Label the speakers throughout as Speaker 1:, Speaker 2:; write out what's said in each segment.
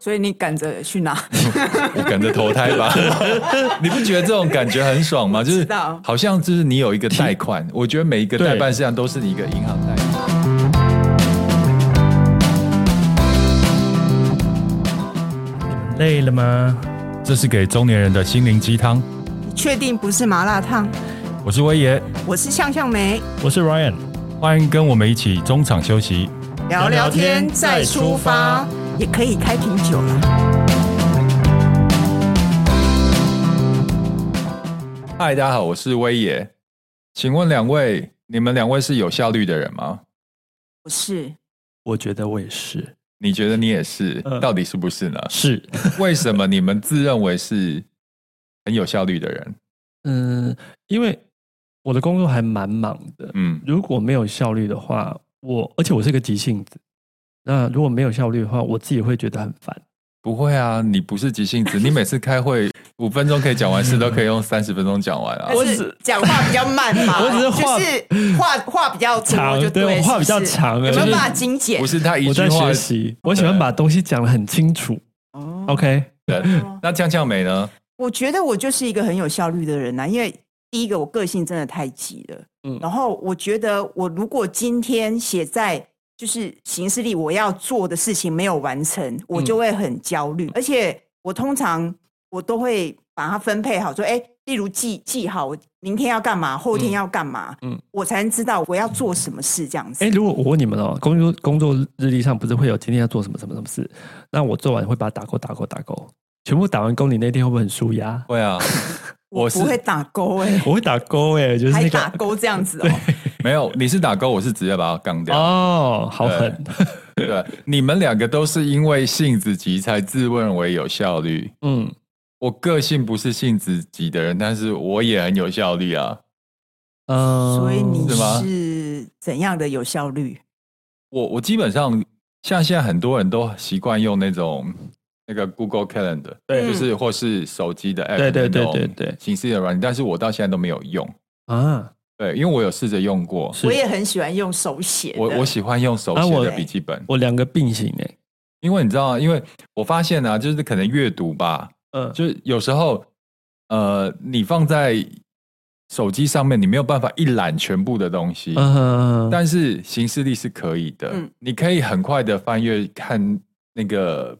Speaker 1: 所以你赶着去 拿，
Speaker 2: 我 赶着投胎 吧。你不觉得这种感觉很爽吗？就
Speaker 1: 知
Speaker 2: 是
Speaker 1: 道嗯
Speaker 2: 好像就是你有一个贷款，我觉得每一个
Speaker 3: 对
Speaker 2: 代办事项都是一个银行贷款。
Speaker 3: 累了吗？
Speaker 2: 这是给中年人的心灵鸡汤。
Speaker 1: 确定不是麻辣烫？
Speaker 2: 我是威爷，
Speaker 1: 我是向向梅，
Speaker 3: 我是 Ryan，
Speaker 2: 欢迎跟我们一起中场休息。
Speaker 1: 聊
Speaker 3: 聊
Speaker 1: 聊
Speaker 3: 天
Speaker 1: 天再
Speaker 3: 再出
Speaker 1: 出发
Speaker 3: 发，
Speaker 1: 也可以开瓶酒了。
Speaker 2: 嗨，大家好，我是威爷。请问两位，你们两位是有效率的人吗？
Speaker 1: 不是，
Speaker 3: 我觉得我也是，
Speaker 2: 你觉得你也是？
Speaker 3: 嗯
Speaker 2: 到底是不是呢？
Speaker 3: 是，
Speaker 2: 为什么你们自认为是很有效率的人？
Speaker 3: 嗯，因为我的工作还蛮忙的，
Speaker 2: 嗯，
Speaker 3: 如果没有效率的话，我而且我是个急性子，那如果没有效率的话，我自己会觉得很烦。
Speaker 2: 不会啊，你不是急 性子，你每次开会五分钟可以讲完事，都可以用三十分钟讲完啊。
Speaker 1: 但
Speaker 3: 我
Speaker 1: 是
Speaker 3: 只
Speaker 1: 讲话比较慢嘛，
Speaker 3: 我只是话
Speaker 1: 就是话话比较多，
Speaker 3: 长
Speaker 1: 就
Speaker 3: 对
Speaker 1: 对，
Speaker 3: 我话比较
Speaker 1: 是不是
Speaker 3: 长
Speaker 1: 有没
Speaker 3: 就
Speaker 1: 有
Speaker 3: 是
Speaker 1: 办法精简
Speaker 2: 不？是他一
Speaker 3: 我
Speaker 2: 句
Speaker 3: 在
Speaker 2: 话
Speaker 3: 学。习，我喜欢把东西讲得很清楚。
Speaker 1: 哦
Speaker 3: OK，
Speaker 2: 那酱酱美呢？
Speaker 1: 我觉得我就是一个很有效率的人呐、因为第一个我个性真的太急了，
Speaker 3: 嗯
Speaker 1: 然后我觉得我如果今天写在就是行事历我要做的事情没有完成，我
Speaker 3: 嗯
Speaker 1: 就会很焦虑，而且我通常我都会把它分配好，说哎，例如记记好我明天要干嘛，后天要干嘛，
Speaker 3: 嗯
Speaker 1: 我才能知道我要做什么事这样子。
Speaker 3: 哎，如果我问你们哦，工作工作日历上不是会有今天要做什么什么什么事？那我做完会把它打勾打勾打勾，全部打完勾，你那天会不会很舒压？
Speaker 2: 会啊，我
Speaker 1: 我
Speaker 2: 是
Speaker 1: 不会打勾哎、
Speaker 3: 我会打勾哎、就是
Speaker 1: 还
Speaker 3: 那
Speaker 1: 打
Speaker 3: 个
Speaker 1: 勾这样 子哦、
Speaker 2: 没有，你是打勾，我是直接把它杠掉。
Speaker 3: 哦，好狠，
Speaker 2: 对，你们两个都是因为性子急才自认为有效率。
Speaker 3: 嗯，
Speaker 2: 我个性不是性子急的人，但是我也很有效率啊。
Speaker 3: 呃
Speaker 1: 哦所以你
Speaker 2: 是吗
Speaker 1: 是怎样的有效率？
Speaker 2: 我我基本上像现在很多人都习惯用那种那个 Google Calendar，
Speaker 3: 嗯
Speaker 1: 对
Speaker 2: 就是或是手机的 app，
Speaker 3: 对对对对
Speaker 2: 那种
Speaker 3: 对
Speaker 2: 形式的软件，但是我到现在都没有用。
Speaker 3: 啊，
Speaker 2: 对，因为我有试着用过，
Speaker 3: 是
Speaker 1: 我也很喜欢用手写的。
Speaker 2: 我我喜欢用手
Speaker 3: 啊
Speaker 2: 写
Speaker 3: 我
Speaker 2: 的笔记本，
Speaker 3: 我两个并行哎、
Speaker 2: 因为你知道，因为我发现啊，就是可能阅读吧，
Speaker 3: 嗯，
Speaker 2: 就是有时候呃，你放在手机上面，你没有办法一览全部的东西，
Speaker 3: 嗯哼，
Speaker 2: 但是行事历是可以的，
Speaker 1: 嗯
Speaker 2: 你可以很快的翻阅看那个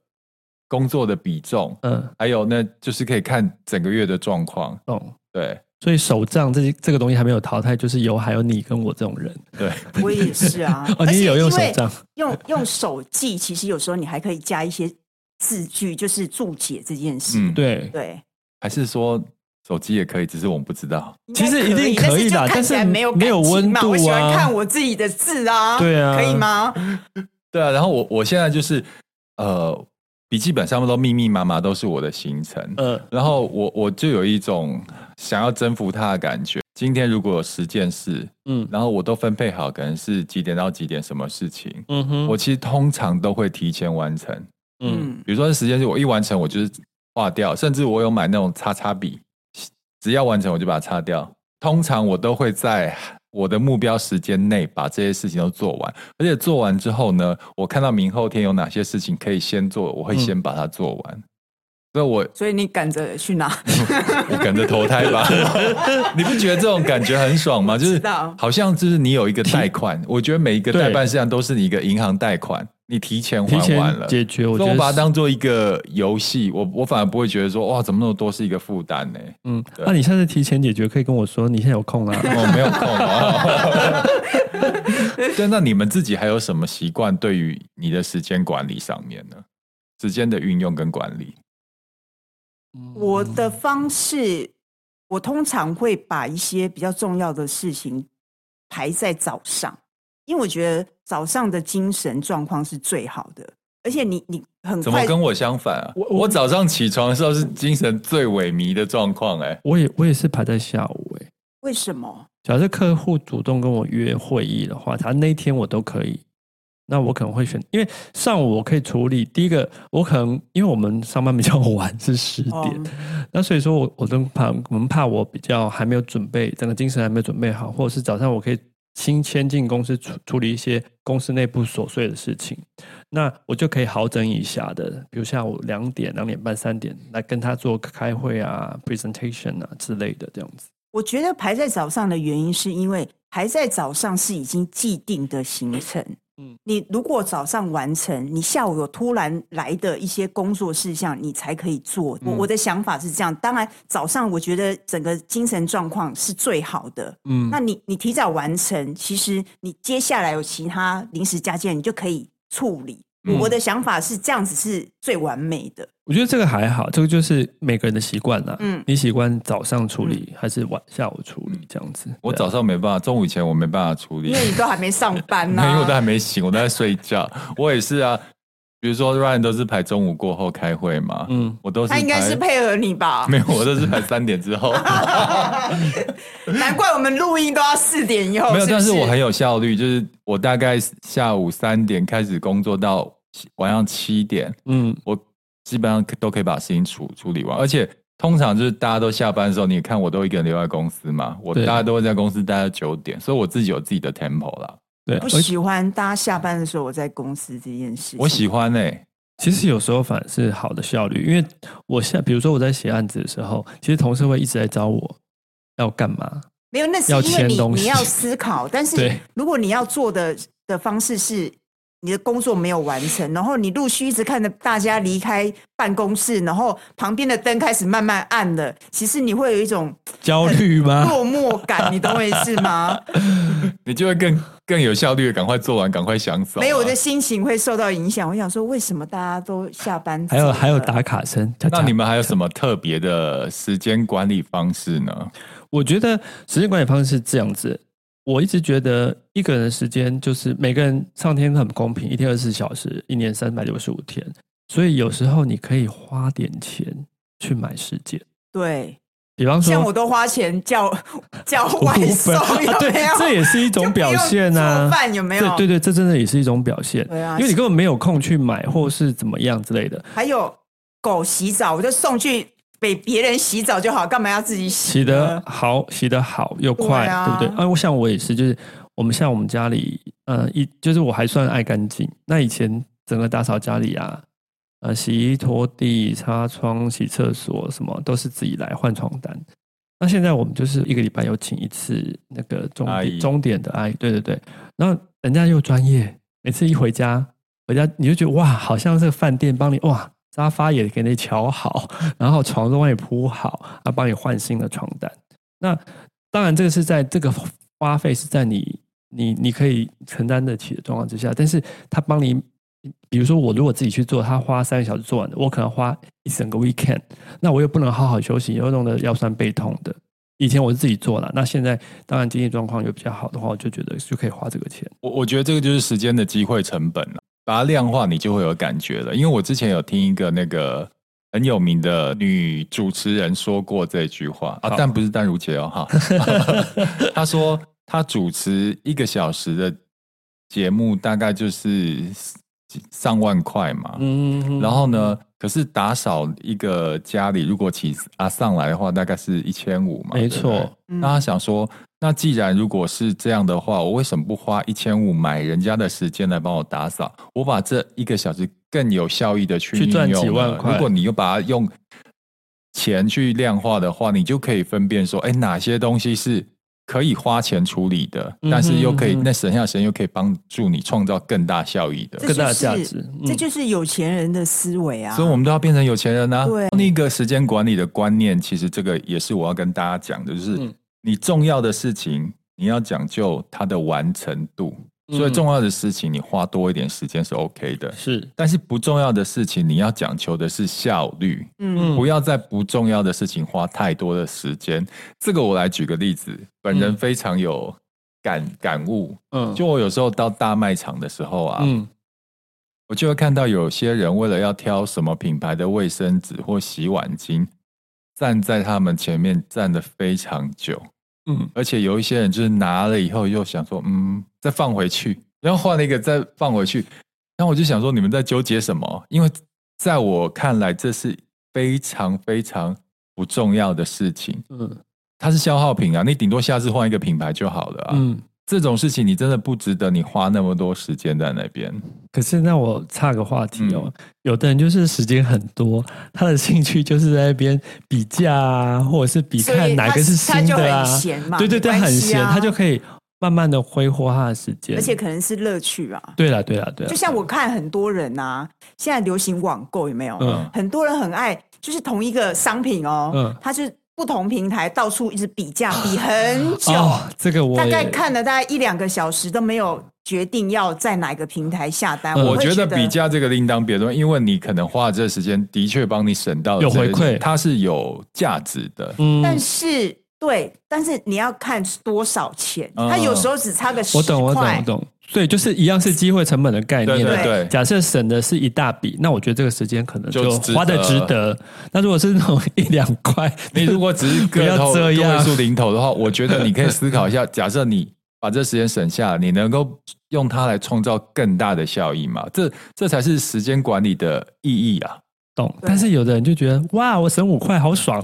Speaker 2: 工作的比重，
Speaker 3: 嗯
Speaker 2: 还有呢，就是可以看整个月的状况。
Speaker 3: 懂。
Speaker 2: 对
Speaker 3: 所以手账这这个东西还没有淘汰，就是有还有你跟我这种人
Speaker 2: 对，
Speaker 1: 我也是啊
Speaker 3: ，哦，你也有用手
Speaker 1: 而且因为
Speaker 3: 账，
Speaker 1: 用用手记，其实有时候你还可以加一些字句，就是注解这件事。
Speaker 2: 嗯，，
Speaker 3: 对，
Speaker 1: 对，
Speaker 2: 还是说手机也可以，只是我们不知道。
Speaker 1: 应该
Speaker 3: 其实一定
Speaker 1: 可
Speaker 3: 可
Speaker 1: 但是
Speaker 3: 以
Speaker 1: 就
Speaker 3: 啦
Speaker 1: 看起来
Speaker 3: 但是
Speaker 1: 没有
Speaker 3: 没有
Speaker 1: 感情嘛
Speaker 3: 温度啊
Speaker 1: 我喜欢看我自己的字啊，
Speaker 3: 对啊
Speaker 1: 可以吗？
Speaker 2: 对啊，然后我我现在就是呃，笔记本上面都密密麻麻都是我的行程，
Speaker 3: 呃，
Speaker 2: 然后我我就有一种想要征服它的感觉。今天如果有十件事，
Speaker 3: 嗯
Speaker 2: 然后我都分配好，可能是几点到几点什么事情，
Speaker 3: 嗯哼，
Speaker 2: 我其实通常都会提前完成。
Speaker 3: 嗯
Speaker 1: 嗯，
Speaker 2: 比如说时间是我一完成，我就是划掉，甚至我有买那种擦擦笔，只要完成我就把它擦掉。通常我都会在我的目标时间内把这些事情都做完，而且做完之后呢，我看到明后天有哪些事情可以先做，我会先把它做完。所以我
Speaker 1: 所以你赶着去拿，
Speaker 2: 我赶着投胎吧， 你不觉得这种感觉很爽吗？就
Speaker 1: 知
Speaker 2: 是
Speaker 1: 道
Speaker 2: 好像就是你有一个贷款，我觉得每一个
Speaker 3: 对
Speaker 2: 代办事项都是你一个银行贷款，你提前
Speaker 3: 提
Speaker 2: 还完了
Speaker 3: 前，解决，我
Speaker 2: 所以
Speaker 3: 觉得
Speaker 2: 我把它
Speaker 3: 是
Speaker 2: 当做一个游戏，我我反而不会觉得说哇，怎么那么多是一个负担呢？
Speaker 3: 嗯，
Speaker 2: 对
Speaker 3: 那、你下次提前解决可以跟我说，你现在有空啦、
Speaker 2: 我哦没有空啊。对，那你们自己还有什么习惯对于你的时间管理上面呢？时间的运用跟管理，
Speaker 1: 我
Speaker 2: 嗯
Speaker 3: 嗯
Speaker 1: 的方式，我通常会把一些比较重要的事情排在早上，因为我觉得早上的精神状况是最好的，而且你你很
Speaker 2: 怎么
Speaker 1: 快
Speaker 2: 跟我相反啊？
Speaker 3: 我
Speaker 2: 我
Speaker 3: 我
Speaker 2: 早上起床的时候是精神最萎靡的状况、哎，
Speaker 3: 我也我也是排在下午哎、
Speaker 1: 为什么？
Speaker 3: 假设客户主动跟我约会议的话，他那一天我都可以，那我可能会选，因为上午我可以处理。第一个，我可能因为我们上班比较晚，是十点，
Speaker 1: 哦
Speaker 3: 那所以说我我都怕我们怕我比较还没有准备，整个精神还没有准备好，或者是早上我可以新签进公司处处理一些公司内部琐碎的事情，那我就可以好整以暇的，比如下午两点、两点半、三点来跟他做开会啊、presentation 啊之类的这样子。
Speaker 1: 我觉得排在早上的原因是因为排在早上是已经既定的行程。嗯
Speaker 3: 嗯，
Speaker 1: 你如果早上完成，你下午有突然来的一些工作事项，你才可以做。
Speaker 3: 嗯
Speaker 1: 我我的想法是这样，当然早上我觉得整个精神状况是最好的。
Speaker 3: 嗯
Speaker 1: 那你你提早完成，其实你接下来有其他临时加件，你就可以处理。
Speaker 2: 嗯
Speaker 1: 我的想法是这样子是最完美的。
Speaker 3: 我觉得这个还好，这个就是每个人的习惯啦。
Speaker 1: 嗯
Speaker 3: 嗯，你习惯早上处理、还是晚下午处理这样子？
Speaker 2: 我
Speaker 3: 对啊
Speaker 2: 早上没办法，中午以前我没办法处理，
Speaker 1: 因为你都还没上 班啊呢、
Speaker 2: 因为我都还没醒，我都在睡觉。我也是啊，比如说 Ryan 都是排中午过后开会嘛，
Speaker 3: 嗯，
Speaker 2: 我都是
Speaker 1: 他应该
Speaker 2: 排
Speaker 1: 是配合你吧？
Speaker 2: 没有，我都是排三点 之后。
Speaker 1: 难怪我们录音都要四点以后。
Speaker 2: 没
Speaker 1: 是
Speaker 2: 有，
Speaker 1: 不
Speaker 2: 但是我很有效率，就是我大概下午三点开始工作到晚上七点，
Speaker 3: 嗯
Speaker 2: 我基本上都可以把事情处处理完，而且。通常就是大家都下班的时候，你也看我都一个人留在公司嘛，我大
Speaker 3: 对
Speaker 2: 家都会在公司待到九点，所以我自己有自己的 tempo 啦。
Speaker 3: 对。
Speaker 1: 不
Speaker 3: 而且
Speaker 1: 喜欢大家下班的时候我在公司这件事情。
Speaker 2: 我喜欢欸诶、
Speaker 3: 其实有时候反而是好的效率，因为我现比如说我在写案子的时候，其实同事会一直来找我要干嘛。
Speaker 1: 没有，那是
Speaker 3: 要
Speaker 1: 因为
Speaker 3: 签
Speaker 1: 你
Speaker 3: 东西
Speaker 1: 你要思考，但是
Speaker 3: 对
Speaker 1: 如果你要做的的方式是你的工作没有完成，然后你陆续一直看着大家离开办公室，然后旁边的灯开始慢慢暗了，其实你会有一种
Speaker 3: 焦虑吗？
Speaker 1: 落寞感，你懂我意思 吗？
Speaker 2: 你就会更更有效率的赶快做完，赶快想走啊、
Speaker 1: 没有，我的心情会受到影响。我想说，为什么大家都下班走
Speaker 3: 还
Speaker 1: 了？
Speaker 3: 有还有
Speaker 1: 啊
Speaker 3: 打卡声，恰恰
Speaker 2: 那你们还有什么特别的时间管理方式呢？
Speaker 3: 我觉得时间管理方式是这样子。我一直觉得一个人的时间就是每个人上天很公平，一天二十四小时，一年三百六十五天，所以有时候你可以花点钱去买时间。
Speaker 1: 对，
Speaker 3: 比方
Speaker 1: 像
Speaker 3: 说
Speaker 1: 我都花钱 叫叫
Speaker 3: 五
Speaker 1: 外送，
Speaker 3: 分啊，
Speaker 1: 有
Speaker 3: 对
Speaker 1: 没有？，
Speaker 3: 这也是一种表现
Speaker 1: 就不用
Speaker 3: 啊
Speaker 1: 做。饭有没有？
Speaker 3: 对对对，这真的也是一种表现，
Speaker 1: 对啊
Speaker 3: 因为你根本没有空去买或是怎么样之类的。
Speaker 1: 还有狗洗澡，我就送去给别人洗澡就好，干嘛要自己洗？
Speaker 3: 洗得好，洗得好又快，
Speaker 1: 对
Speaker 3: 对,、
Speaker 1: 啊
Speaker 3: 不对？啊，我想我也是，就是我们像我们家里，呃，一就是我还算爱干净。那以前整个打扫家里啊，呃，洗衣、拖地、擦窗、洗厕所，什么都是自己来换床单。那现在我们就是一个礼拜有请一次那个钟
Speaker 2: 阿姨
Speaker 3: 点钟点的阿姨，对对对。然后人家又专业，每次一回家，回家你就觉得哇，好像这个饭店帮你哇，沙发也给你瞧好，然后床都帮你铺好，啊，帮你换新的床单。那当然，这个是在这个花费是在你你你可以承担得起的状况之下，但是他帮你，比如说我如果自己去做，他花三个小时做完的，我可能花一整个 weekend，那我又不能好好休息，又弄得腰酸背痛的。以前我是自己做了，那现在当然经济状况又比较好的话，我就觉得就可以花这个钱。
Speaker 2: 我我觉得这个就是时间的机会成本啊把它量化，你就会有感觉了。因为我之前有听一个那个很有名的女主持人说过这句话啊，
Speaker 3: 好
Speaker 2: 但不是丹如姐哦，哈，她说她主持一个小时的节目，大概就是上万块嘛，
Speaker 3: 嗯
Speaker 2: 然后呢，可是打扫一个家里，如果起啊上来的话，大概是一千五嘛，对
Speaker 3: 没
Speaker 2: 不
Speaker 3: 错
Speaker 2: 对。那他想说，那既然如果是这样的话，我为什么不花一千五买人家的时间来帮我打扫？我把这一个小时更有效益的去
Speaker 3: 去赚
Speaker 2: 运用
Speaker 3: 几万
Speaker 2: 了
Speaker 3: 块
Speaker 2: 如果你又把它用钱去量化的话，你就可以分辨说，哎，哪些东西是。可以花钱处理的，
Speaker 3: 嗯哼
Speaker 2: 但是又可以、
Speaker 3: 嗯哼
Speaker 2: 那省下的时间又可以帮助你创造更大效益的
Speaker 1: 这，
Speaker 3: 更大
Speaker 1: 就
Speaker 3: 的
Speaker 1: 是
Speaker 3: 价值嗯
Speaker 1: 这就是有钱人的思维啊！
Speaker 2: 所以我们都要变成有钱人啊。
Speaker 1: 对
Speaker 2: 另一个时间管理的观念，其实这个也是我要跟大家讲的，就是
Speaker 3: 嗯
Speaker 2: 你重要的事情，你要讲究它的完成度。
Speaker 3: 嗯
Speaker 2: 所以重要的事情，你花多一点时间是 OK 的，
Speaker 3: 是
Speaker 2: 但是不重要的事情，你要讲求的是效率，
Speaker 1: 嗯，
Speaker 2: 不要在不重要的事情花太多的时间。这个我来举个例子，本人
Speaker 3: 嗯
Speaker 2: 非常有感感悟。
Speaker 3: 嗯
Speaker 2: 就我有时候到大卖场的时候啊，
Speaker 3: 嗯
Speaker 2: 我就会看到有些人为了要挑什么品牌的卫生纸或洗碗巾，站在他们前面站得非常久，
Speaker 3: 嗯
Speaker 2: 而且有一些人就是拿了以后又想说，嗯，再放回去，然后换了一个再放回去，然后我就想说你们在纠结什么？因为在我看来，这是非常非常不重要的事情，
Speaker 3: 嗯
Speaker 2: 它是消耗品啊，你顶多下次换一个品牌就好了啊。
Speaker 3: 嗯
Speaker 2: 这种事情你真的不值得你花那么多时间在那边。
Speaker 3: 可是那我岔个话题哦，有的人就是时间很多，他的兴趣就是在那边比价啊，或者是比
Speaker 1: 所以
Speaker 3: 看哪
Speaker 1: 他
Speaker 3: 个是
Speaker 1: 他
Speaker 3: 新
Speaker 1: 就
Speaker 3: 的
Speaker 1: 很
Speaker 3: 啊。
Speaker 1: 闲嘛，
Speaker 3: 对对对，
Speaker 1: 没关
Speaker 3: 很
Speaker 1: 系
Speaker 3: 闲，
Speaker 1: 啊
Speaker 3: 他就可以慢慢的挥霍他的时间。
Speaker 1: 而且可能是乐趣啊。
Speaker 3: 对啦，对啦，对啦，
Speaker 1: 就像我看很多人啊，现在流行网购有没有？
Speaker 3: 嗯
Speaker 1: 很多人很爱，就是同一个商品哦，
Speaker 3: 嗯
Speaker 1: 它是不同平台到处一直比价，比很久，
Speaker 2: 啊
Speaker 3: 哦，这个我
Speaker 1: 大概
Speaker 3: 也
Speaker 1: 看了大概一两个小时都没有决定要在哪个平台下单。
Speaker 3: 嗯
Speaker 1: 我
Speaker 2: 我
Speaker 1: 会
Speaker 2: 觉
Speaker 1: 觉
Speaker 2: 得比价这个另当别论，因为你可能花的这时间的确帮你省到了
Speaker 3: 有回
Speaker 2: 这个钱
Speaker 3: 馈
Speaker 2: 它是有价值 的。
Speaker 3: 嗯
Speaker 1: 但是对，但是你要看是多少钱，
Speaker 2: 嗯
Speaker 1: 它有时候只差个十
Speaker 3: 我懂，我懂，我
Speaker 1: 块，
Speaker 3: 懂。对，就是一样是机会成本的概念啊。
Speaker 2: 对对对
Speaker 3: 假设省的是一大笔，那我觉得这个时间可能
Speaker 2: 就
Speaker 3: 就
Speaker 2: 值得
Speaker 3: 花的值得。那如果是那种一两块，
Speaker 2: 你如果只是
Speaker 3: 不要
Speaker 2: 个头个
Speaker 3: 这样
Speaker 2: 位数零头的话，我觉得你可以思考一下，假设你把这时间省下来，你能够用它来创造更大的效益嘛？这这才是时间管理的意义啊！
Speaker 3: 懂，
Speaker 1: 对
Speaker 3: 但是有的人就觉得哇，我省五块好爽。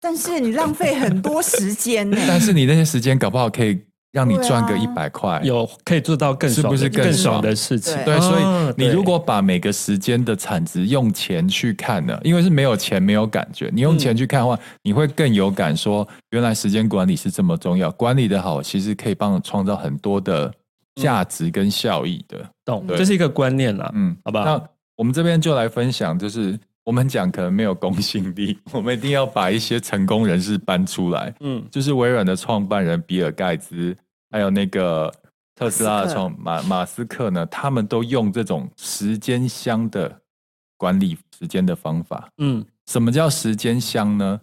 Speaker 1: 但是你浪费很多时间 呢、
Speaker 2: 但是你那些时间搞不好可以让你赚个
Speaker 1: 对啊
Speaker 2: 一百块，
Speaker 3: 有可以做到更爽
Speaker 2: 是不
Speaker 3: 的，
Speaker 2: 是
Speaker 3: 更
Speaker 2: 更
Speaker 3: 爽
Speaker 2: 爽
Speaker 3: 的事情？
Speaker 2: 对，
Speaker 3: 啊
Speaker 2: 所以你
Speaker 3: 对
Speaker 2: 如果把每个时间的产值用钱去看呢，因为是没有钱没有感觉，你用钱去看的话，你会更有感说，原来时间管理是这么重要，管理的好，其实可以帮我创造很多的价值跟效益的。
Speaker 3: 懂，
Speaker 2: 对
Speaker 3: 这是一个观念啦。
Speaker 2: 嗯，
Speaker 3: 好吧
Speaker 2: 那我们这边就来分享，就是我们讲可能没有公信力， 我们一定要把一些成功人士搬出来，
Speaker 3: 嗯，
Speaker 2: 就是微软的创办人比尔盖茨，还有那个特斯拉的创马马斯克呢，他们都用这种时间箱的管理时间的方法。
Speaker 3: 嗯，
Speaker 2: 什么叫时间箱呢？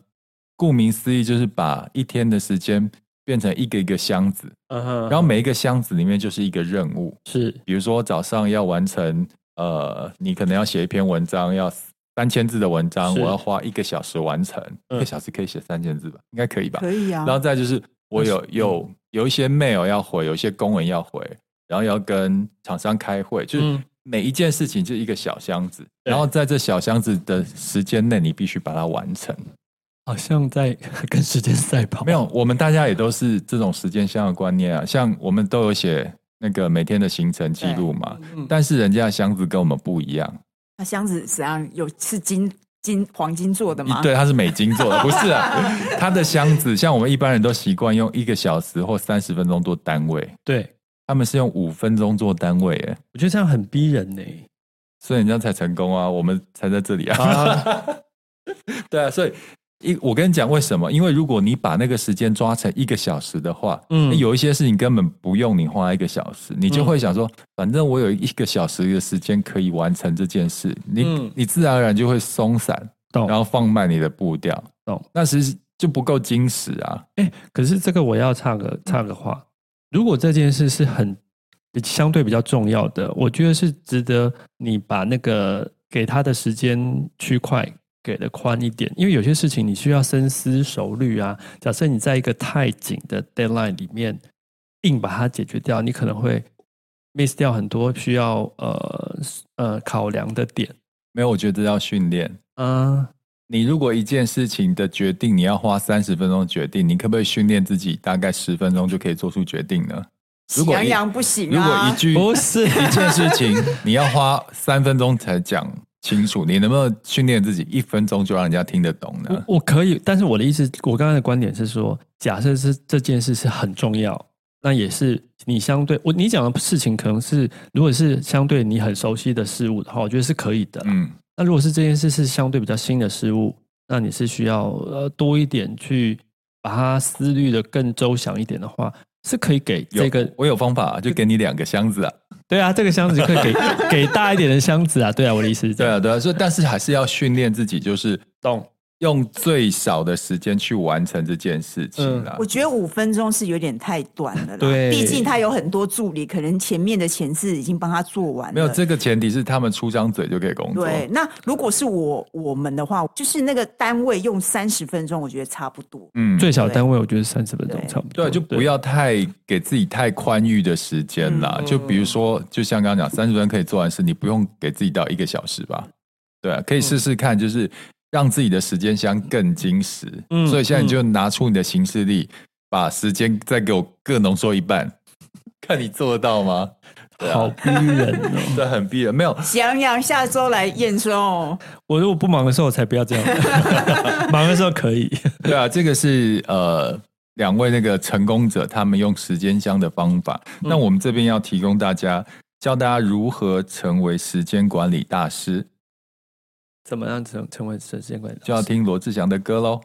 Speaker 2: 顾名思义，就是把一天的时间变成一个一个箱子，
Speaker 3: 嗯哼，
Speaker 2: 然后每一个箱子里面就是一个任务。
Speaker 3: 是
Speaker 2: 比如说早上要完成，呃，你可能要写一篇文章，要三千字的文章，
Speaker 3: 是
Speaker 2: 我要花一个小时完成。
Speaker 3: 嗯
Speaker 2: 一个小时可以写三千字吧？应该可以吧？
Speaker 1: 可以啊
Speaker 2: 然，后再就是我有
Speaker 3: 嗯
Speaker 2: 有有一些 mail 要回，有一些公文要回，然后要跟厂商开会，就是
Speaker 3: 嗯
Speaker 2: 每一件事情就是一个小箱子，
Speaker 3: 对
Speaker 2: 然后在这小箱子的时间内，你必须把它完成。
Speaker 3: 好像在 跟时间赛跑，
Speaker 2: 没有，我们大家也都是这种时间箱的观念啊，像我们都有写那个每天的行程记录嘛，
Speaker 3: 嗯，
Speaker 2: 但是人家的箱子跟我们不一样，
Speaker 1: 那箱子怎样有是金金黄金做的吗？
Speaker 2: 对，它是美金做的，不 是啊，它的箱子像我们一般人都习惯用一个小时或三十分钟做单位，
Speaker 3: 对，
Speaker 2: 他们是用五分钟做单位，哎。
Speaker 3: 我觉得这样很逼人呢。
Speaker 2: 所以人家才成功啊，我们才在这里啊。
Speaker 3: 啊，
Speaker 2: 对啊，所以一我跟你讲为什么？因为如果你把那个时间抓成一个小时的话，
Speaker 3: 嗯
Speaker 2: 嗯，有一些事情根本不用你花一个小时，你就会想说，反正我有一个小时的时间可以完成这件事，你、
Speaker 3: 嗯
Speaker 2: 你自然而然就会松散，
Speaker 3: 懂
Speaker 2: 然后放慢你的步调，
Speaker 3: 懂？
Speaker 2: 那其实就不够精实啊。
Speaker 3: 哎可是这个我要插
Speaker 2: 嗯
Speaker 3: 个插个话，如果这件事是很相对比较重要的，我觉得是值得你把那个给他的时间区块给的宽一点，因为有些事情你需要深思熟虑啊。假设你在一个太紧的 deadline 里面硬把它解决掉，你可能会 miss 掉很多需要呃呃考量的点
Speaker 2: 没有，我觉得要训练。
Speaker 3: 啊。
Speaker 2: 你如果一件事情的决定，你要花三十分钟决定，你可不可以训练自己大概十分钟就可以做出决定呢？
Speaker 1: 喜
Speaker 2: 如果
Speaker 1: 羊
Speaker 2: 一
Speaker 1: 羊不行
Speaker 2: 如果
Speaker 1: 啊
Speaker 2: 一，句
Speaker 3: 不是
Speaker 2: 一件事情，你要花三分钟才讲清楚，你能不能训练自己一分钟就让人家听得懂呢？
Speaker 3: 我我可以，但是我的意思，我刚才的观点是说，假设是这件事是很重要，那也是你相对我你讲的事情，可能是如果是相对你很熟悉的事物的话，我觉得是可以的。
Speaker 2: 嗯，
Speaker 3: 那如果是这件事是相对比较新的事物，那你是需要呃多一点去把它思虑的更周详一点的话，是可以给
Speaker 2: 有
Speaker 3: 这个
Speaker 2: 我有方法，就给你两个箱子啊。
Speaker 3: 对啊，这个箱子就可 以给给大一点的箱子啊，对啊，我的意思是这
Speaker 2: 对
Speaker 3: 样，
Speaker 2: 啊，对啊，所以但是还是要训练自己，就是
Speaker 3: 懂
Speaker 2: 用最少的时间去完成这件事情啦
Speaker 1: 我。
Speaker 3: 嗯
Speaker 1: 觉得五分钟是有点太短了啦。
Speaker 3: 对
Speaker 1: 毕竟他有很多助理，可能前面的前置已经帮他做完了。
Speaker 2: 没有这个前提是他们出张嘴就可以工作。
Speaker 1: 对，那如果是我我们的话，就是那个单位用三十分钟，我觉得差不多。
Speaker 2: 嗯，
Speaker 3: 最小
Speaker 1: 对
Speaker 3: 单位我觉得三十分钟
Speaker 1: 对
Speaker 3: 差不多，
Speaker 2: 对，就不要太给自己太宽裕的时间啦。
Speaker 3: 嗯
Speaker 2: 就比如说，就像刚刚讲，三十分可以做完事，你不用给自己到一个小时吧？对啊，可以试试看，就是让自己的时间箱更精实。
Speaker 3: 嗯
Speaker 2: 所以现在你就拿出你的行事历，把时间再给我各浓缩一半， 看你做得到 吗？对啊
Speaker 3: 好逼人哦！
Speaker 2: 这很逼人，没有
Speaker 1: 想想下周来验收哦。
Speaker 3: 我如果不忙的时候，我才不要 这样。忙的时候可以，
Speaker 2: 对啊，这个是呃两位那个成功者他们用时间箱的方法。
Speaker 3: 嗯
Speaker 2: 那我们这边要提供大家教大家如何成为时间管理大师，
Speaker 3: 怎么样成成为时间管理？
Speaker 2: 就要听罗志祥的歌喽。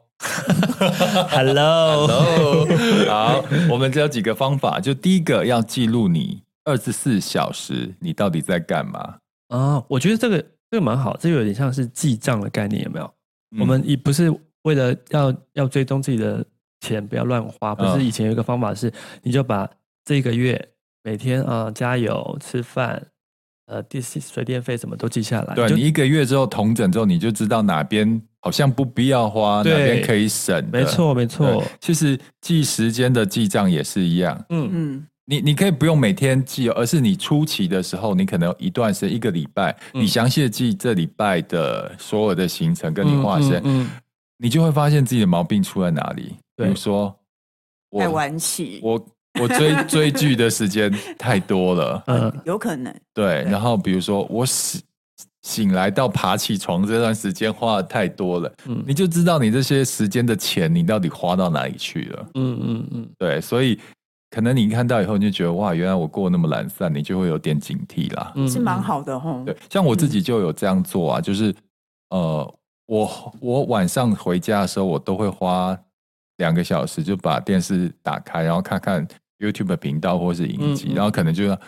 Speaker 3: Hello，
Speaker 2: 哦， 好，我们只有几个方法，就第一个要记录你二十四小时你到底在干嘛。
Speaker 3: 啊，我觉得这个这个蛮好，这个有点像是记账的概念，有没有？
Speaker 2: 嗯
Speaker 3: 我们也不是为了要要追踪自己的钱，不要乱花。不是
Speaker 2: 嗯
Speaker 3: 以前有一个方法是，你就把这个月每天啊、加油、吃饭、呃电水电费什么都记下来。
Speaker 2: 对啊
Speaker 3: 就
Speaker 2: 你一个月之后同整之后，你就知道哪边好像不必要花，哪
Speaker 3: 对
Speaker 2: 边可以省的。
Speaker 3: 没错没
Speaker 2: 对，
Speaker 3: 错，
Speaker 2: 其实记时间的记账也是一样。
Speaker 3: 嗯，
Speaker 1: 嗯，
Speaker 2: 你你可以不用每天记哦，而是你初期的时候，你可能有一段时间一个礼拜，
Speaker 3: 嗯
Speaker 2: 你详细的记这礼拜的所有的行程跟你
Speaker 3: 嗯
Speaker 2: 划线，
Speaker 3: 嗯嗯
Speaker 2: 你就会发现自己的毛病出在哪里。比
Speaker 3: 对
Speaker 2: 如说，
Speaker 1: 太
Speaker 2: 我
Speaker 1: 晚起，
Speaker 2: 我我追追剧的时间太多了，
Speaker 3: 呃
Speaker 1: 有可能。
Speaker 2: 对。
Speaker 1: 对
Speaker 2: 然后比如说我醒醒来到爬起床这段时间花的太多了，
Speaker 3: 嗯
Speaker 2: 你就知道你这些时间的钱你到底花到哪里去了。
Speaker 3: 嗯嗯嗯，
Speaker 2: 对，所以可能你看到以后你就觉得哇，原来我过得那么懒散，你就会有点警惕啦。
Speaker 3: 嗯
Speaker 1: 是蛮。好的吼。
Speaker 2: 对，像我自己就有这样做啊，就是呃，我我晚上回家的时候，我都会花两个小时就把电视打开，然后看看 YouTube 频道或是影集，
Speaker 3: 嗯嗯
Speaker 2: 然后可能就，然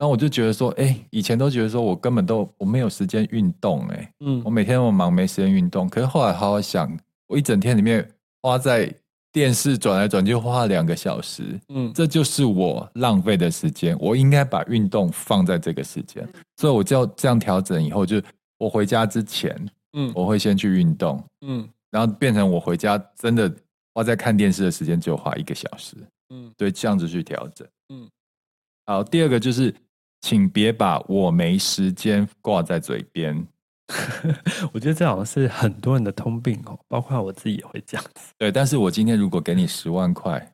Speaker 2: 后我就觉得说，哎、以前都觉得说我根本都我没有时间运动、哎，
Speaker 3: 嗯
Speaker 2: 我，每天那么忙没时间运动，可是后来好好想，我一整天里面花在电视转来转去花了两个小时，
Speaker 3: 嗯，
Speaker 2: 这就是我浪费的时间，我应该把运动放在这个时间，所以我就这样调整以后，就我回家之前，
Speaker 3: 嗯
Speaker 2: 我会先去运动，
Speaker 3: 嗯
Speaker 2: 然后变成我回家真的花在看电视的时间就花一个小时，
Speaker 3: 嗯
Speaker 2: 对，这样子去调整。嗯
Speaker 3: 嗯，
Speaker 2: 好，第二个就是，请别把我没时间挂在嘴边。
Speaker 3: 我觉得这好像是很多人的通病哦，包括我自己也会这样子。
Speaker 2: 对，但是我今天如果给你十万块，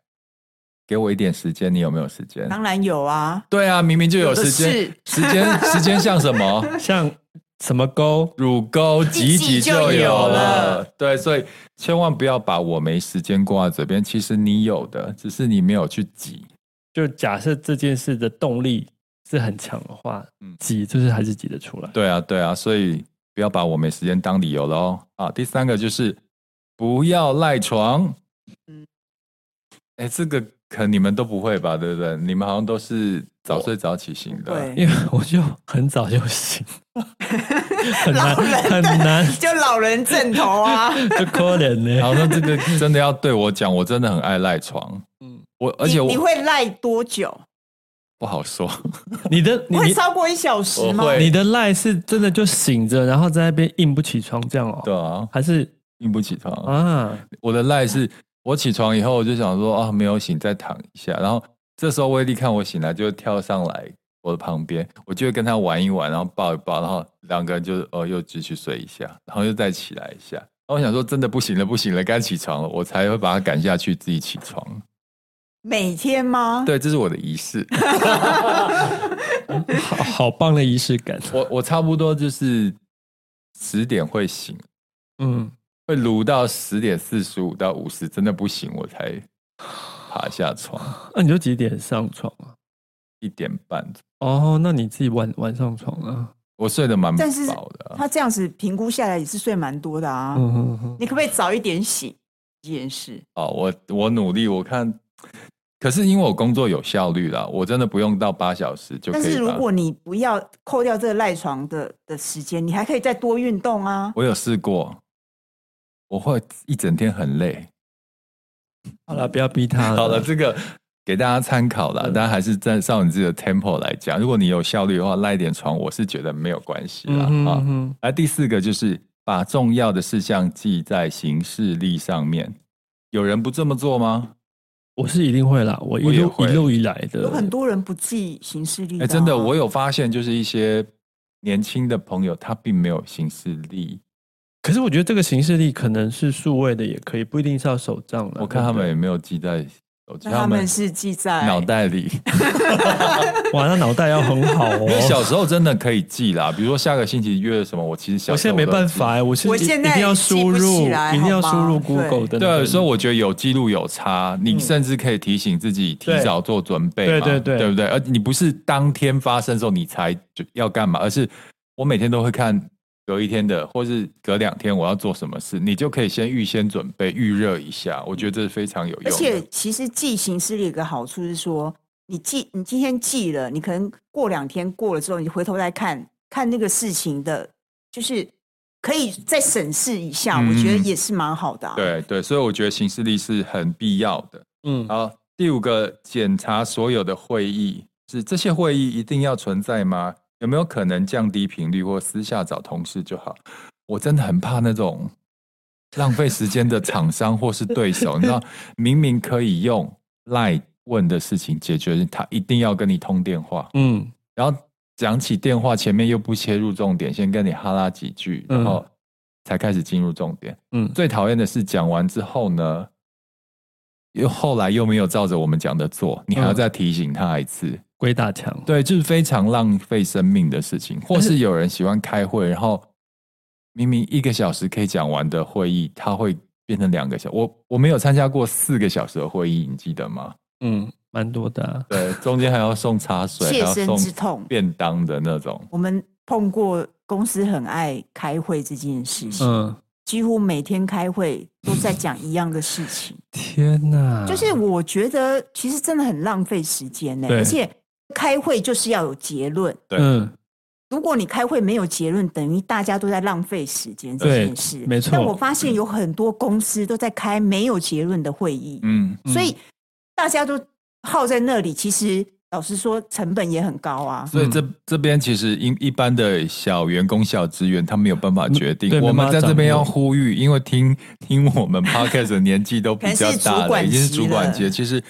Speaker 2: 给我一点时间，你有没有时间？
Speaker 1: 当然有啊，
Speaker 2: 对啊，明明就有
Speaker 1: 有的
Speaker 2: 时间
Speaker 1: 是，
Speaker 2: 时间时间像什么？
Speaker 3: 像什么沟，
Speaker 2: 乳沟
Speaker 1: 一
Speaker 2: 挤挤就
Speaker 1: 挤就
Speaker 2: 有
Speaker 1: 有
Speaker 2: 了
Speaker 1: 了。
Speaker 2: 对，所以千万不要把我没时间挂在嘴边，其实你有的，只是你没有去挤。
Speaker 3: 就假设这件事的动力是很强的话
Speaker 2: 嗯，
Speaker 3: 挤就是还是挤得出来。
Speaker 2: 对啊，对啊，所以不要把我没时间当理由了哦。啊，第三个就是不要赖床。嗯
Speaker 1: 嗯，
Speaker 2: 哎，这个可能你们都不会吧？对不对？你们好像都是早睡早起型的。
Speaker 1: 对，
Speaker 3: 因为我就很早就醒，很难
Speaker 1: 老人
Speaker 3: 很难
Speaker 1: 就老人枕头啊，
Speaker 3: 就可怜
Speaker 2: 然
Speaker 3: 呢。
Speaker 2: 后那这个 真的要对我讲，我真的很爱赖床。
Speaker 3: 嗯
Speaker 2: 我 而且
Speaker 1: 你你
Speaker 2: 我
Speaker 1: 会赖多久？
Speaker 2: 不 好说，
Speaker 3: 你的你
Speaker 1: 会
Speaker 3: 你
Speaker 1: 超过一小时吗
Speaker 2: 我？会
Speaker 3: 你的赖是真的就醒着，然后在那边硬不起床这样
Speaker 2: 对
Speaker 3: 哦？
Speaker 2: 啊，嗯
Speaker 3: 还是
Speaker 2: 硬不起床。
Speaker 3: 啊？
Speaker 2: 我的赖是我起床以后我就想说啊没有醒再躺一下，然后这时候威力看我醒来就会跳上来我的旁边，我就会跟他玩一玩，然后抱一抱，然后两个人就哦又继续睡一下，然后又再起来一下。然后我想说真的不行了不行了，该起床了，我才会把他赶下去自己起床。
Speaker 1: 每天吗？
Speaker 2: 对，这是我的仪式。
Speaker 3: 好好棒的仪式感。
Speaker 2: 我我差不多就是十点会醒，
Speaker 3: 嗯，
Speaker 2: 会撸到十点四十五到五十，真的不行我才爬下床，
Speaker 3: 那你就几点上床啊？
Speaker 2: 一点半左右
Speaker 3: 哦，那你自己晚晚上床啊？
Speaker 2: 我睡得蛮
Speaker 1: 但是
Speaker 2: 饱的啊，
Speaker 1: 他这样子评估下来也是睡蛮多的啊。
Speaker 3: 嗯嗯嗯。
Speaker 1: 你可不可以早一点醒？这件事
Speaker 2: 哦，我我努力，我看，可是因为我工作有效率啦，我真的不用到八小时就可
Speaker 1: 但
Speaker 2: 以
Speaker 1: 是如
Speaker 2: 把
Speaker 1: 果你不要扣掉这个赖床的的时间，你还可以再多运动啊。
Speaker 2: 我有试过，我会一整天很累。
Speaker 3: 好了，不嗯要逼他。
Speaker 2: 好了，，这个给大家参考啦，
Speaker 3: 嗯
Speaker 2: 但还是站上你自己的 tempo 来讲，如果你有效率的话，赖一点床，我是觉得没有关系啦
Speaker 3: 嗯
Speaker 2: 啊
Speaker 3: 哼。哼，
Speaker 2: 而第四个就是把重要的事项记在行事历上面，有人不这么做吗？
Speaker 3: 我是一定会啦，我
Speaker 2: 我
Speaker 3: 一
Speaker 2: 也
Speaker 3: 路
Speaker 2: 会
Speaker 3: 一路以来的，
Speaker 1: 有很多人不记行事历、
Speaker 2: 哎、
Speaker 1: 啊
Speaker 2: 真的，我有发现，就是一些年轻的朋友，他并没有行事力。
Speaker 3: 可是我觉得这个形式力可能是数位的，也可以，不一定是要手账了。
Speaker 2: 我看他们
Speaker 3: 对
Speaker 2: 也
Speaker 3: 不
Speaker 2: 没有记在手机，
Speaker 1: 那他们是记在
Speaker 2: 脑袋里。
Speaker 3: 哇，那脑袋要很好哎哦
Speaker 2: 因为。 小时候真的可以记啦，比如说下个星期约什么，我其实小
Speaker 3: 我
Speaker 2: 时
Speaker 3: 现
Speaker 2: 候
Speaker 3: 在没
Speaker 2: 都记
Speaker 3: 办法、欸，我是
Speaker 1: 我
Speaker 3: 一
Speaker 1: 现
Speaker 3: 一
Speaker 1: 在
Speaker 3: 定要
Speaker 1: 记
Speaker 3: 输
Speaker 1: 不
Speaker 3: 入，
Speaker 1: 起来
Speaker 3: 一定要
Speaker 1: 好吧
Speaker 3: 输入 Google 的。嗯
Speaker 2: 对，啊所以我觉得有记录有差，你甚至可以提醒自己提早做准备嘛，
Speaker 3: 对对对
Speaker 2: 对不对？而你不是当天发生的时候你才就要干嘛，而是我每天都会看隔一天的，或是隔两天我要做什么事，你就可以先预先准备预热一下，我觉得这是非常有用的。
Speaker 1: 而且其实记形式的一个好处是说，你记你今天记了，你可能过两天过了之后，你回头来看看那个事情的，就是可以再审视一下，
Speaker 2: 嗯
Speaker 1: 我觉得也是蛮好的、啊。，
Speaker 2: 对对，所以我觉得行事历是很必要的。
Speaker 3: 嗯，
Speaker 2: 好，第五个，检查所有的会议，是这些会议一定要存在吗？有没有可能降低频率或私下找同事就好？我真的很怕那种浪费时间的厂商或是对手，你知道，明明可以用 Line 问的事情解决，他一定要跟你通电话，
Speaker 3: 嗯，
Speaker 2: 然后讲起电话前面又不切入重点，先跟你哈拉几句，然
Speaker 3: 嗯
Speaker 2: 后才开始进入重点。
Speaker 3: 嗯
Speaker 2: 最讨厌的是讲完之后呢，又后来又没有照着我们讲的做，你还要
Speaker 3: 嗯
Speaker 2: 再提醒他一次。
Speaker 3: 鬼打墙。
Speaker 2: 对，就是非常浪费生命的事情。或是有人喜欢开会，然后明明一个小时可以讲完的会议，他会变成两个小时。我我没有参加过四个小时的会议，你记得吗？
Speaker 3: 嗯，蛮多的、啊。
Speaker 2: 对，中间还要送茶水，还
Speaker 1: 切
Speaker 2: 要
Speaker 1: 身
Speaker 2: 送
Speaker 1: 之痛
Speaker 2: 便当的那种。
Speaker 1: 我们碰过公司很爱开会这件事情，
Speaker 3: 嗯，
Speaker 1: 几乎每天开会都在讲一样的事情。
Speaker 3: 天哪！
Speaker 1: 就是我觉得其实真的很浪费时间呢、
Speaker 3: 对
Speaker 1: 而且开会就是要有结论。
Speaker 3: 嗯，
Speaker 1: 如果你开会没有结论，等于大家都在浪费时间这
Speaker 3: 对
Speaker 1: 件事。
Speaker 3: 没错
Speaker 1: 但我发现有很多公司都在开没有结论的会议，
Speaker 2: 嗯，
Speaker 3: 嗯
Speaker 1: 所以大家都耗在那里。其实老实说，成本也很高啊。
Speaker 2: 所以这这边其实一一般的小员工、小职员，他没有办法
Speaker 1: 嗯
Speaker 2: 决定。
Speaker 3: 对
Speaker 2: 我
Speaker 3: 没
Speaker 2: 们
Speaker 3: 办
Speaker 2: 在
Speaker 3: 法
Speaker 2: 这边
Speaker 3: 掌握
Speaker 2: 要呼吁，因为听听我们 podcast 的年纪 都比较大
Speaker 1: 可能是主管级
Speaker 2: 了，已经是主管级了。
Speaker 1: 了
Speaker 2: 其实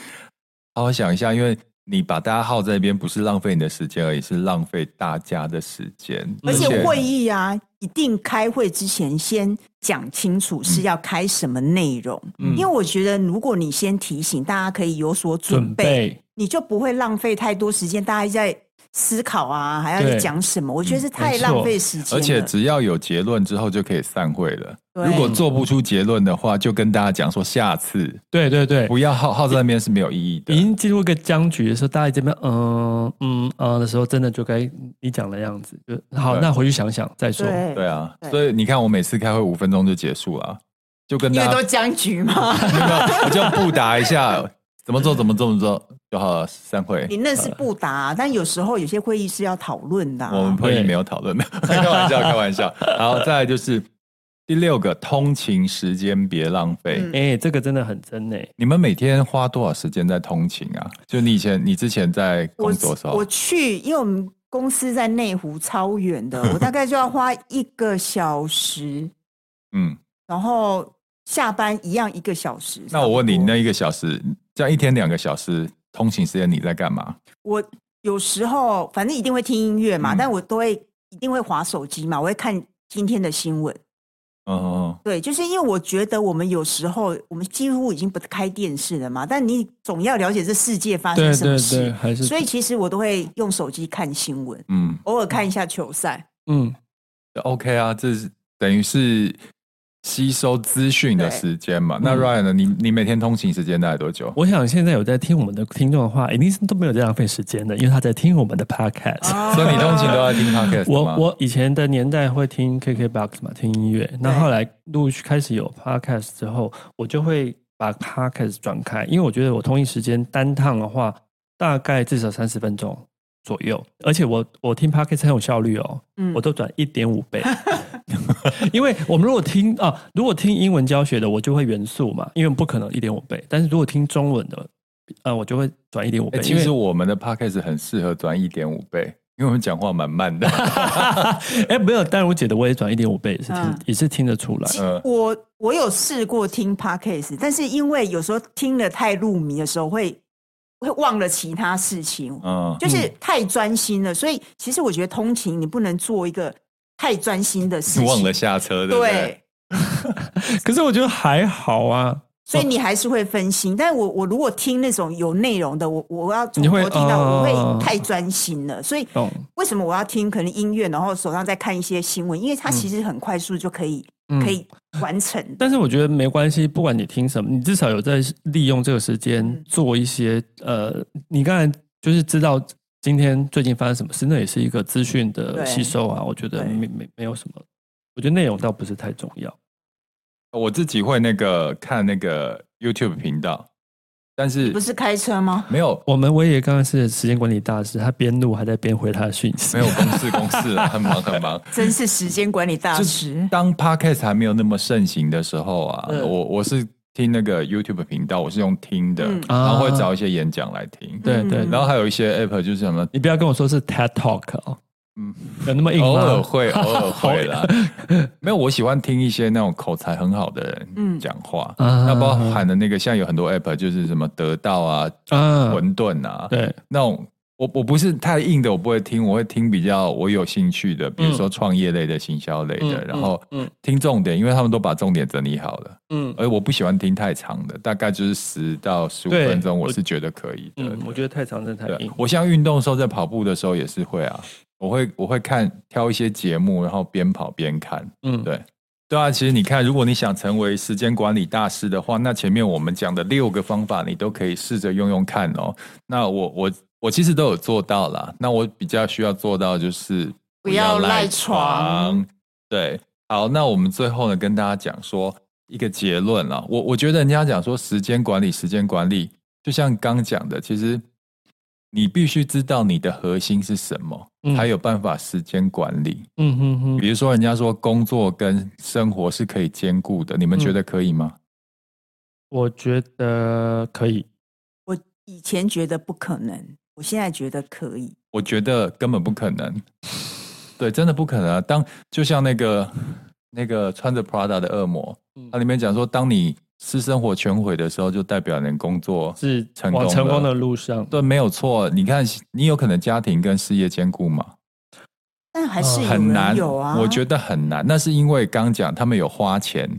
Speaker 2: 好好想一下，因为你把大家耗在那边，不是浪费你的时间而已，是浪费大家的时间。
Speaker 1: 而且
Speaker 3: 嗯
Speaker 1: 会议啊，一定开会之前先讲清楚是要开什么内容，
Speaker 3: 嗯
Speaker 1: 因为我觉得如果你先提醒大家，可以有所
Speaker 3: 准备
Speaker 1: 你就不会浪费太多时间，大家在思考啊，还要
Speaker 3: 对
Speaker 1: 去讲什么？我觉得是
Speaker 3: 没
Speaker 1: 太
Speaker 3: 错
Speaker 1: 浪费时间了。
Speaker 2: 嗯而且只要有结论之后，就可以散会了。
Speaker 1: 对
Speaker 2: 如果做不出结论的话，就跟大家讲说，下次
Speaker 3: 对对对，
Speaker 2: 不要耗耗在那边是没有意义的
Speaker 3: 已。经进入一个僵局的时候，大家这边嗯嗯嗯的时候，真的就该你讲的样子，就好。
Speaker 2: 对
Speaker 3: 那回去想想再说。
Speaker 1: 对
Speaker 2: 对啊，
Speaker 1: 对
Speaker 2: 所以你看，我每次开会五分钟就结束了，就跟
Speaker 1: 因
Speaker 2: 大
Speaker 1: 为
Speaker 2: 家
Speaker 1: 都僵局嘛，
Speaker 2: 没有，我就不答一下，怎么做怎么做怎么做就好了。散会，
Speaker 1: 你那是不答、啊但有时候有些会议是要讨论的啊、
Speaker 2: 我们会议没有讨论的，开玩笑，开玩笑。好，再来就是第六个，通勤时间别浪费。
Speaker 1: 嗯
Speaker 3: 哎、这个真的很真呢、
Speaker 2: 你们每天花多少时间在通勤啊？就你以前，你之前在工
Speaker 1: 我
Speaker 2: 作的时候
Speaker 1: 我，去，因为我们公司在内湖超远的，我大概就要花一个小时，
Speaker 2: 嗯，
Speaker 1: 然后下班一样一个小时。
Speaker 2: 那我问你，
Speaker 1: 差不多
Speaker 2: 那一个小时，这样一天两个小时通勤时间你在干嘛？
Speaker 1: 我有时候反正一定会听音乐嘛，
Speaker 2: 嗯
Speaker 1: 但我都会一定会划手机嘛，我会看今天的新闻。
Speaker 2: 嗯，
Speaker 1: 对，就是因为我觉得我们有时候我们几乎已经不开电视了嘛，但你总要了解这世界发生
Speaker 3: 对
Speaker 1: 什么
Speaker 3: 对
Speaker 1: 事，
Speaker 3: 对，还是
Speaker 1: 所以其实我都会用手机看新闻，
Speaker 2: 嗯
Speaker 1: 偶尔看一下球赛。
Speaker 3: 嗯，
Speaker 2: ，OK 啊，这是等于是吸收资讯的
Speaker 1: 对
Speaker 2: 时间嘛。
Speaker 3: 嗯
Speaker 2: 那 Ryan 呢？你你每天通勤时间大概多久？
Speaker 3: 我想现在有在听我们的听众的话，一定是都没有在浪费时间的，因为他在听我们的 podcast。
Speaker 2: 所以你通勤都要听 podcast
Speaker 3: 我
Speaker 2: 吗？
Speaker 3: 我以前的年代会听 KKBOX 嘛，听音乐。那后来陆续开始有 podcast 之后，我就会把 podcast 转开，因为我觉得我通勤时间单趟的话，大概至少三十分钟左右。而且我我听 podcast 很有效率哦，
Speaker 1: 嗯
Speaker 3: 我都转一点五 倍。因为我们如果听啊，如果听英文教学的，我就会元素嘛，因为不可能一点五倍。但是如果听中文的，呃，我就会转一点五
Speaker 2: 欸
Speaker 3: 倍。
Speaker 2: 其
Speaker 3: 因
Speaker 2: 实
Speaker 3: 为
Speaker 2: 我们的 podcast 很适合转一点五倍，因为我们讲话蛮 慢的。
Speaker 3: 哎，没有淡如姐的，我也转一点五倍，也是听
Speaker 1: 嗯
Speaker 3: 也是听得出来。
Speaker 2: 嗯
Speaker 1: 我我有试过听 podcast，但是因为有时候听了太入迷的时候会，会忘了其他事情，
Speaker 2: 嗯，
Speaker 1: 就是太专心了。所以其实我觉得通勤你不能做一个太专心的事情，
Speaker 2: 忘了下车，对不对？
Speaker 1: 对。
Speaker 3: 可是我觉得还好啊，
Speaker 1: 所以你还是会分心。但我我如果听那种有内容的，我我要从
Speaker 3: 你
Speaker 1: 头
Speaker 3: 会
Speaker 1: 听到，我
Speaker 3: 哦
Speaker 1: 会太专心了。所以
Speaker 3: 懂？
Speaker 1: 为什么我要听可能音乐，然后手上再看一些新闻？因为它其实很快速就可以、
Speaker 3: 嗯
Speaker 1: 可以完成。
Speaker 3: 但是我觉得没关系，不管你听什么，你至少有在利用这个时间
Speaker 1: 嗯
Speaker 3: 做一些、呃，你刚才就是知道今天最近发生什么事，那也是一个资讯的
Speaker 1: 对
Speaker 3: 吸收啊。我觉得
Speaker 1: 对
Speaker 3: 没没没有什么，我觉得内容倒不是太重要。
Speaker 2: 我自己会那个看那个 YouTube 频道，但是
Speaker 1: 不是开车吗？
Speaker 2: 没有
Speaker 3: 我们威爷刚刚是时间管理大师，他边录还在边回他的讯息
Speaker 1: 嗯
Speaker 2: 没。有公事公事了，很忙很忙。
Speaker 1: 真是时间管理大 师。
Speaker 2: 当 Podcast 还没有那么盛行的时候啊，
Speaker 1: 嗯
Speaker 2: 我我是听那个 YouTube 频道，我是用听的，
Speaker 1: 嗯
Speaker 2: 然后会
Speaker 3: 啊
Speaker 2: 找一些演讲来听。
Speaker 3: 对对，
Speaker 1: 嗯
Speaker 2: 然后还有一些 App 就是什么，
Speaker 3: 你不要跟我说是 TED Talk 哦，
Speaker 2: 嗯，
Speaker 3: 有那么硬吗？
Speaker 2: 偶尔 会偶尔会啦。 没有，我喜欢听一些那种口才很好的人
Speaker 1: 嗯
Speaker 2: 讲话。
Speaker 3: 啊
Speaker 2: 那包含的那个，现在有很多 App 就是什么得到啊、
Speaker 3: 啊，
Speaker 2: 混沌啊，
Speaker 3: 对，
Speaker 2: 那种我我不是太硬的，我不会听，我会听比较我有兴趣的，比如说创业类的、行销类的，
Speaker 3: 嗯
Speaker 2: 然后
Speaker 3: 嗯嗯
Speaker 2: 听重点，因为他们都把重点整理好了。
Speaker 3: 嗯
Speaker 2: 哎而我不喜欢听太长的，大概就是十到十五
Speaker 3: 对
Speaker 2: 分钟，
Speaker 3: 我
Speaker 2: 我是觉得可以的。
Speaker 3: 嗯，我觉得太长真的太
Speaker 2: 对啊
Speaker 3: 硬，。
Speaker 2: 我像运动的时候，在跑步的时候也是会啊，我会我会看挑一些节目，然后边跑边看。
Speaker 3: 嗯，
Speaker 2: 对对啊，其实你看，如果你想成为时间管理大师的话，那前面我们讲的六个方法，你都可以试着用用看哦。那我我我其实都有做到啦。那我比较需要做到就是
Speaker 1: 不要赖床。
Speaker 2: 对，好，那我们最后呢，跟大家讲说一个结论啦。我我觉得人家讲说时间管理，时间管理，就像刚讲的，其实你必须知道你的核心是什么，
Speaker 3: 嗯
Speaker 2: 才有办法时间管理。
Speaker 3: 嗯哼哼，
Speaker 2: 比如说，人家说工作跟生活是可以兼顾的，你们觉得可以吗？
Speaker 3: 我觉得可以。
Speaker 1: 我以前觉得不可能，我现在觉得可以。
Speaker 2: 我觉得根本不可能，对，真的不可能、啊。当就像那个那个穿着 Prada 的恶魔
Speaker 3: 嗯，
Speaker 2: 它里面讲说，当你私生活全毁的时候，就代表你工作
Speaker 3: 是
Speaker 2: 成功
Speaker 3: 往成功
Speaker 2: 了
Speaker 3: 的路上。
Speaker 2: 对，没有错。你看，你有可能家庭跟事业兼顾吗？
Speaker 1: 但还是
Speaker 3: 嗯
Speaker 1: 有
Speaker 2: 哦很难，
Speaker 1: 人有啊，
Speaker 2: 我觉得很难。那是因为刚讲他们有花钱，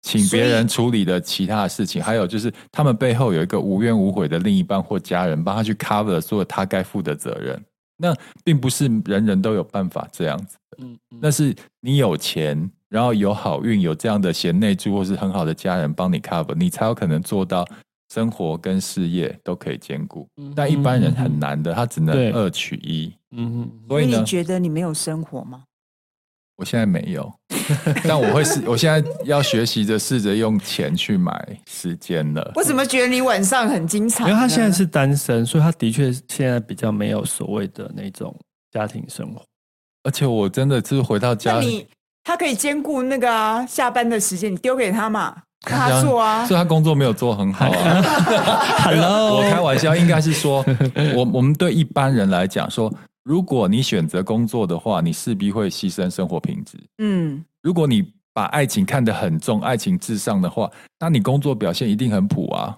Speaker 2: 请别人处理的其他的事情，还有就是他们背后有一个无怨无悔的另一半或家人帮他去 cover 所有他该负的责任。那并不是人人都有办法这样子，
Speaker 3: 嗯，嗯
Speaker 2: 那是你有钱，然后有好运，有这样的贤内助或是很好的家人帮你 cover，你才有可能做到生活跟事业都可以兼顾。但一般人
Speaker 1: 嗯
Speaker 2: 很。难的，他只
Speaker 3: 对
Speaker 2: 能二取一。
Speaker 3: 嗯嗯
Speaker 2: 所以
Speaker 1: 你
Speaker 2: 呢，
Speaker 1: 觉得你没有生活吗？
Speaker 2: 我现在没有， 但我会试。我现在要学习着试着用钱去买时间了。
Speaker 1: 我怎么觉得你晚上很精彩
Speaker 3: 因
Speaker 1: 呢？
Speaker 3: 为他现在是单身，所以他的确现在比较没有所谓的那种家庭生活。
Speaker 2: 而且我真的是回到
Speaker 1: 那
Speaker 2: 家，
Speaker 1: 你他可以兼顾那个啊，下班的时间，你丢给他嘛，让
Speaker 2: 这
Speaker 1: 他
Speaker 2: 样
Speaker 1: 做啊
Speaker 2: 所。以他工作没有做很好啊。
Speaker 3: Hello，
Speaker 2: 我开玩笑，应该是说，我我们对一般人来讲说，如果你选择工作的话，你势必会牺牲生活品质。
Speaker 1: 嗯，
Speaker 2: 如果你把爱情看得很重，爱情至上的话，那你工作表现一定很普啊。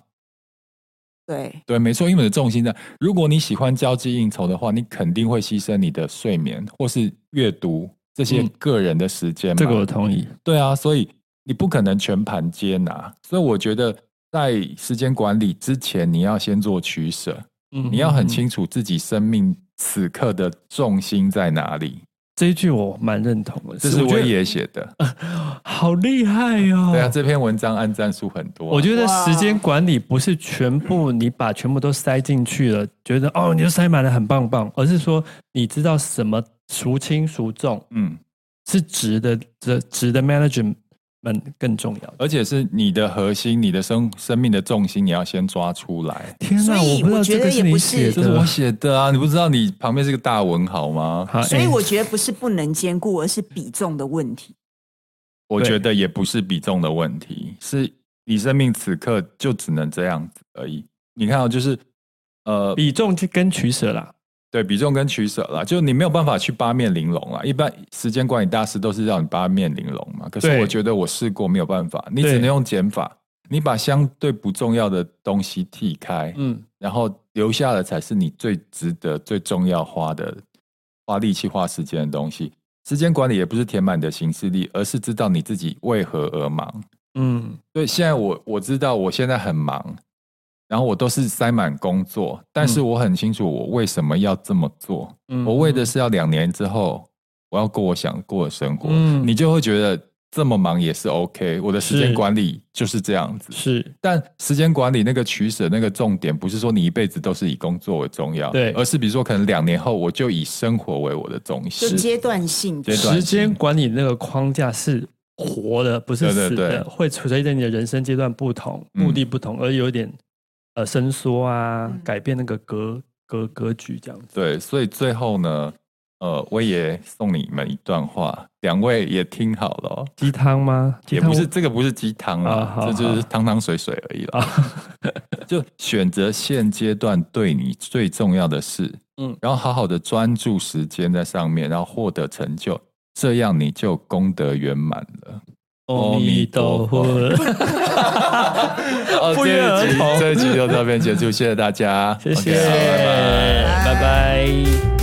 Speaker 1: 对，
Speaker 2: 对，没错，因为你的重心在。如果你喜欢交际应酬的话，你肯定会牺牲你的睡眠或是阅读这些
Speaker 3: 嗯
Speaker 2: 个人的时间嘛。
Speaker 3: 这个我同意。
Speaker 2: 对啊，所以你不可能全盘接纳。所以我觉得，在时间管理之前，你要先做取舍，
Speaker 3: 嗯
Speaker 2: 你要很
Speaker 3: 嗯
Speaker 2: 清楚自己生命此刻的重心在哪里。
Speaker 3: 这一句，我蛮认同的。
Speaker 2: 这是
Speaker 3: 我觉得哦
Speaker 2: 威爷写的，
Speaker 3: 好厉害哦。
Speaker 2: 对啊，这篇文章按赞数很多啊、
Speaker 3: 我觉得
Speaker 1: 哇
Speaker 3: 时间管理不是全部你把全部都塞进去了，觉得哦你就塞满了很棒棒，而是说你知道什么孰轻孰重，
Speaker 2: 嗯，
Speaker 3: 是值的值值的 management 更重要的。
Speaker 2: 而且是你的核心，你的生生命的重心，你要先抓出来。
Speaker 3: 天
Speaker 1: 所
Speaker 3: 哪，
Speaker 1: 以
Speaker 3: 我不知道
Speaker 1: 我觉
Speaker 3: 这
Speaker 1: 得
Speaker 3: 个是
Speaker 1: 也
Speaker 3: 你
Speaker 1: 不是
Speaker 3: 写
Speaker 2: 这
Speaker 3: 的，
Speaker 2: 是我写的啊！你不知道你旁边是个大文豪吗？
Speaker 3: 好
Speaker 1: 所以
Speaker 3: 哎
Speaker 1: 我觉得不是不能兼顾，而是比重的问题。
Speaker 2: 我
Speaker 3: 对
Speaker 2: 觉得也不是比重的问题，是你生命此刻就只能这样子而已。你看啊、就是呃，
Speaker 3: 比重就跟取舍啦。
Speaker 2: 对比重跟取舍啦，就你没有办法去八面玲珑啦。一般时间管理大师都是让你八面玲珑嘛，可是
Speaker 3: 对
Speaker 2: 我觉得我试过没有办法，你只
Speaker 3: 对
Speaker 2: 能用减法，你把相对不重要的东西剔开，
Speaker 3: 嗯，
Speaker 2: 然后留下的才是你最值得、最重要花的、花力气、花时间的东西。时间管理也不是填满你的行事历，而是知道你自己为何而忙，
Speaker 3: 嗯
Speaker 2: 所以现在我我知道我现在很忙，然后我都是塞满工作，但是
Speaker 3: 嗯
Speaker 2: 我很清楚我为什么要这么做。
Speaker 3: 嗯
Speaker 2: 我为的是要两年之后我要过我想过的生活，
Speaker 3: 嗯
Speaker 2: 你就会觉得这么忙也是 OK。我的时间
Speaker 3: 是
Speaker 2: 管理就是这样子。
Speaker 3: 是
Speaker 2: 但时间管理那个取舍，那个重点不是说你一辈子都是以工作为重要，
Speaker 3: 对
Speaker 2: 而是比如说可能两年后我就以生活为我的重
Speaker 1: 就
Speaker 2: 心。
Speaker 1: 阶段性
Speaker 2: 阶
Speaker 1: 的。
Speaker 2: 段性
Speaker 3: 时间管理那个框架是活的，不是
Speaker 2: 对
Speaker 3: 死
Speaker 2: 对对
Speaker 3: 的，会随着你的人生阶段不同、
Speaker 2: 嗯
Speaker 3: 目的不同而有点呃伸缩啊，
Speaker 1: 嗯
Speaker 3: 改变那个格格格局这样子。
Speaker 2: 对，所以最后呢，呃，我也送你们一段话，两位也听好了哦、
Speaker 3: 鸡汤吗？鸡
Speaker 2: 也
Speaker 3: 汤
Speaker 2: 不是
Speaker 3: 我
Speaker 2: 这个不是鸡汤
Speaker 3: 啊
Speaker 2: 啦，
Speaker 3: 好
Speaker 2: 这就是
Speaker 3: 好
Speaker 2: 汤汤水水而已啦。
Speaker 3: 啊，
Speaker 2: 就选择现阶段对你最重要的事，嗯
Speaker 3: 嗯，
Speaker 2: 然后好好的专注时间在上面，然后获得成就，这样你就功德圆满了。阿
Speaker 3: 阿
Speaker 2: 弥
Speaker 3: 弥
Speaker 2: 陀
Speaker 3: 陀
Speaker 2: 佛
Speaker 3: 佛。
Speaker 2: 哦，
Speaker 3: 不
Speaker 2: 这
Speaker 3: 约而
Speaker 2: 一集
Speaker 3: 同
Speaker 2: 这一集就到这边结束，谢谢大家，
Speaker 3: 谢谢，
Speaker 2: OK，拜拜。
Speaker 3: 拜拜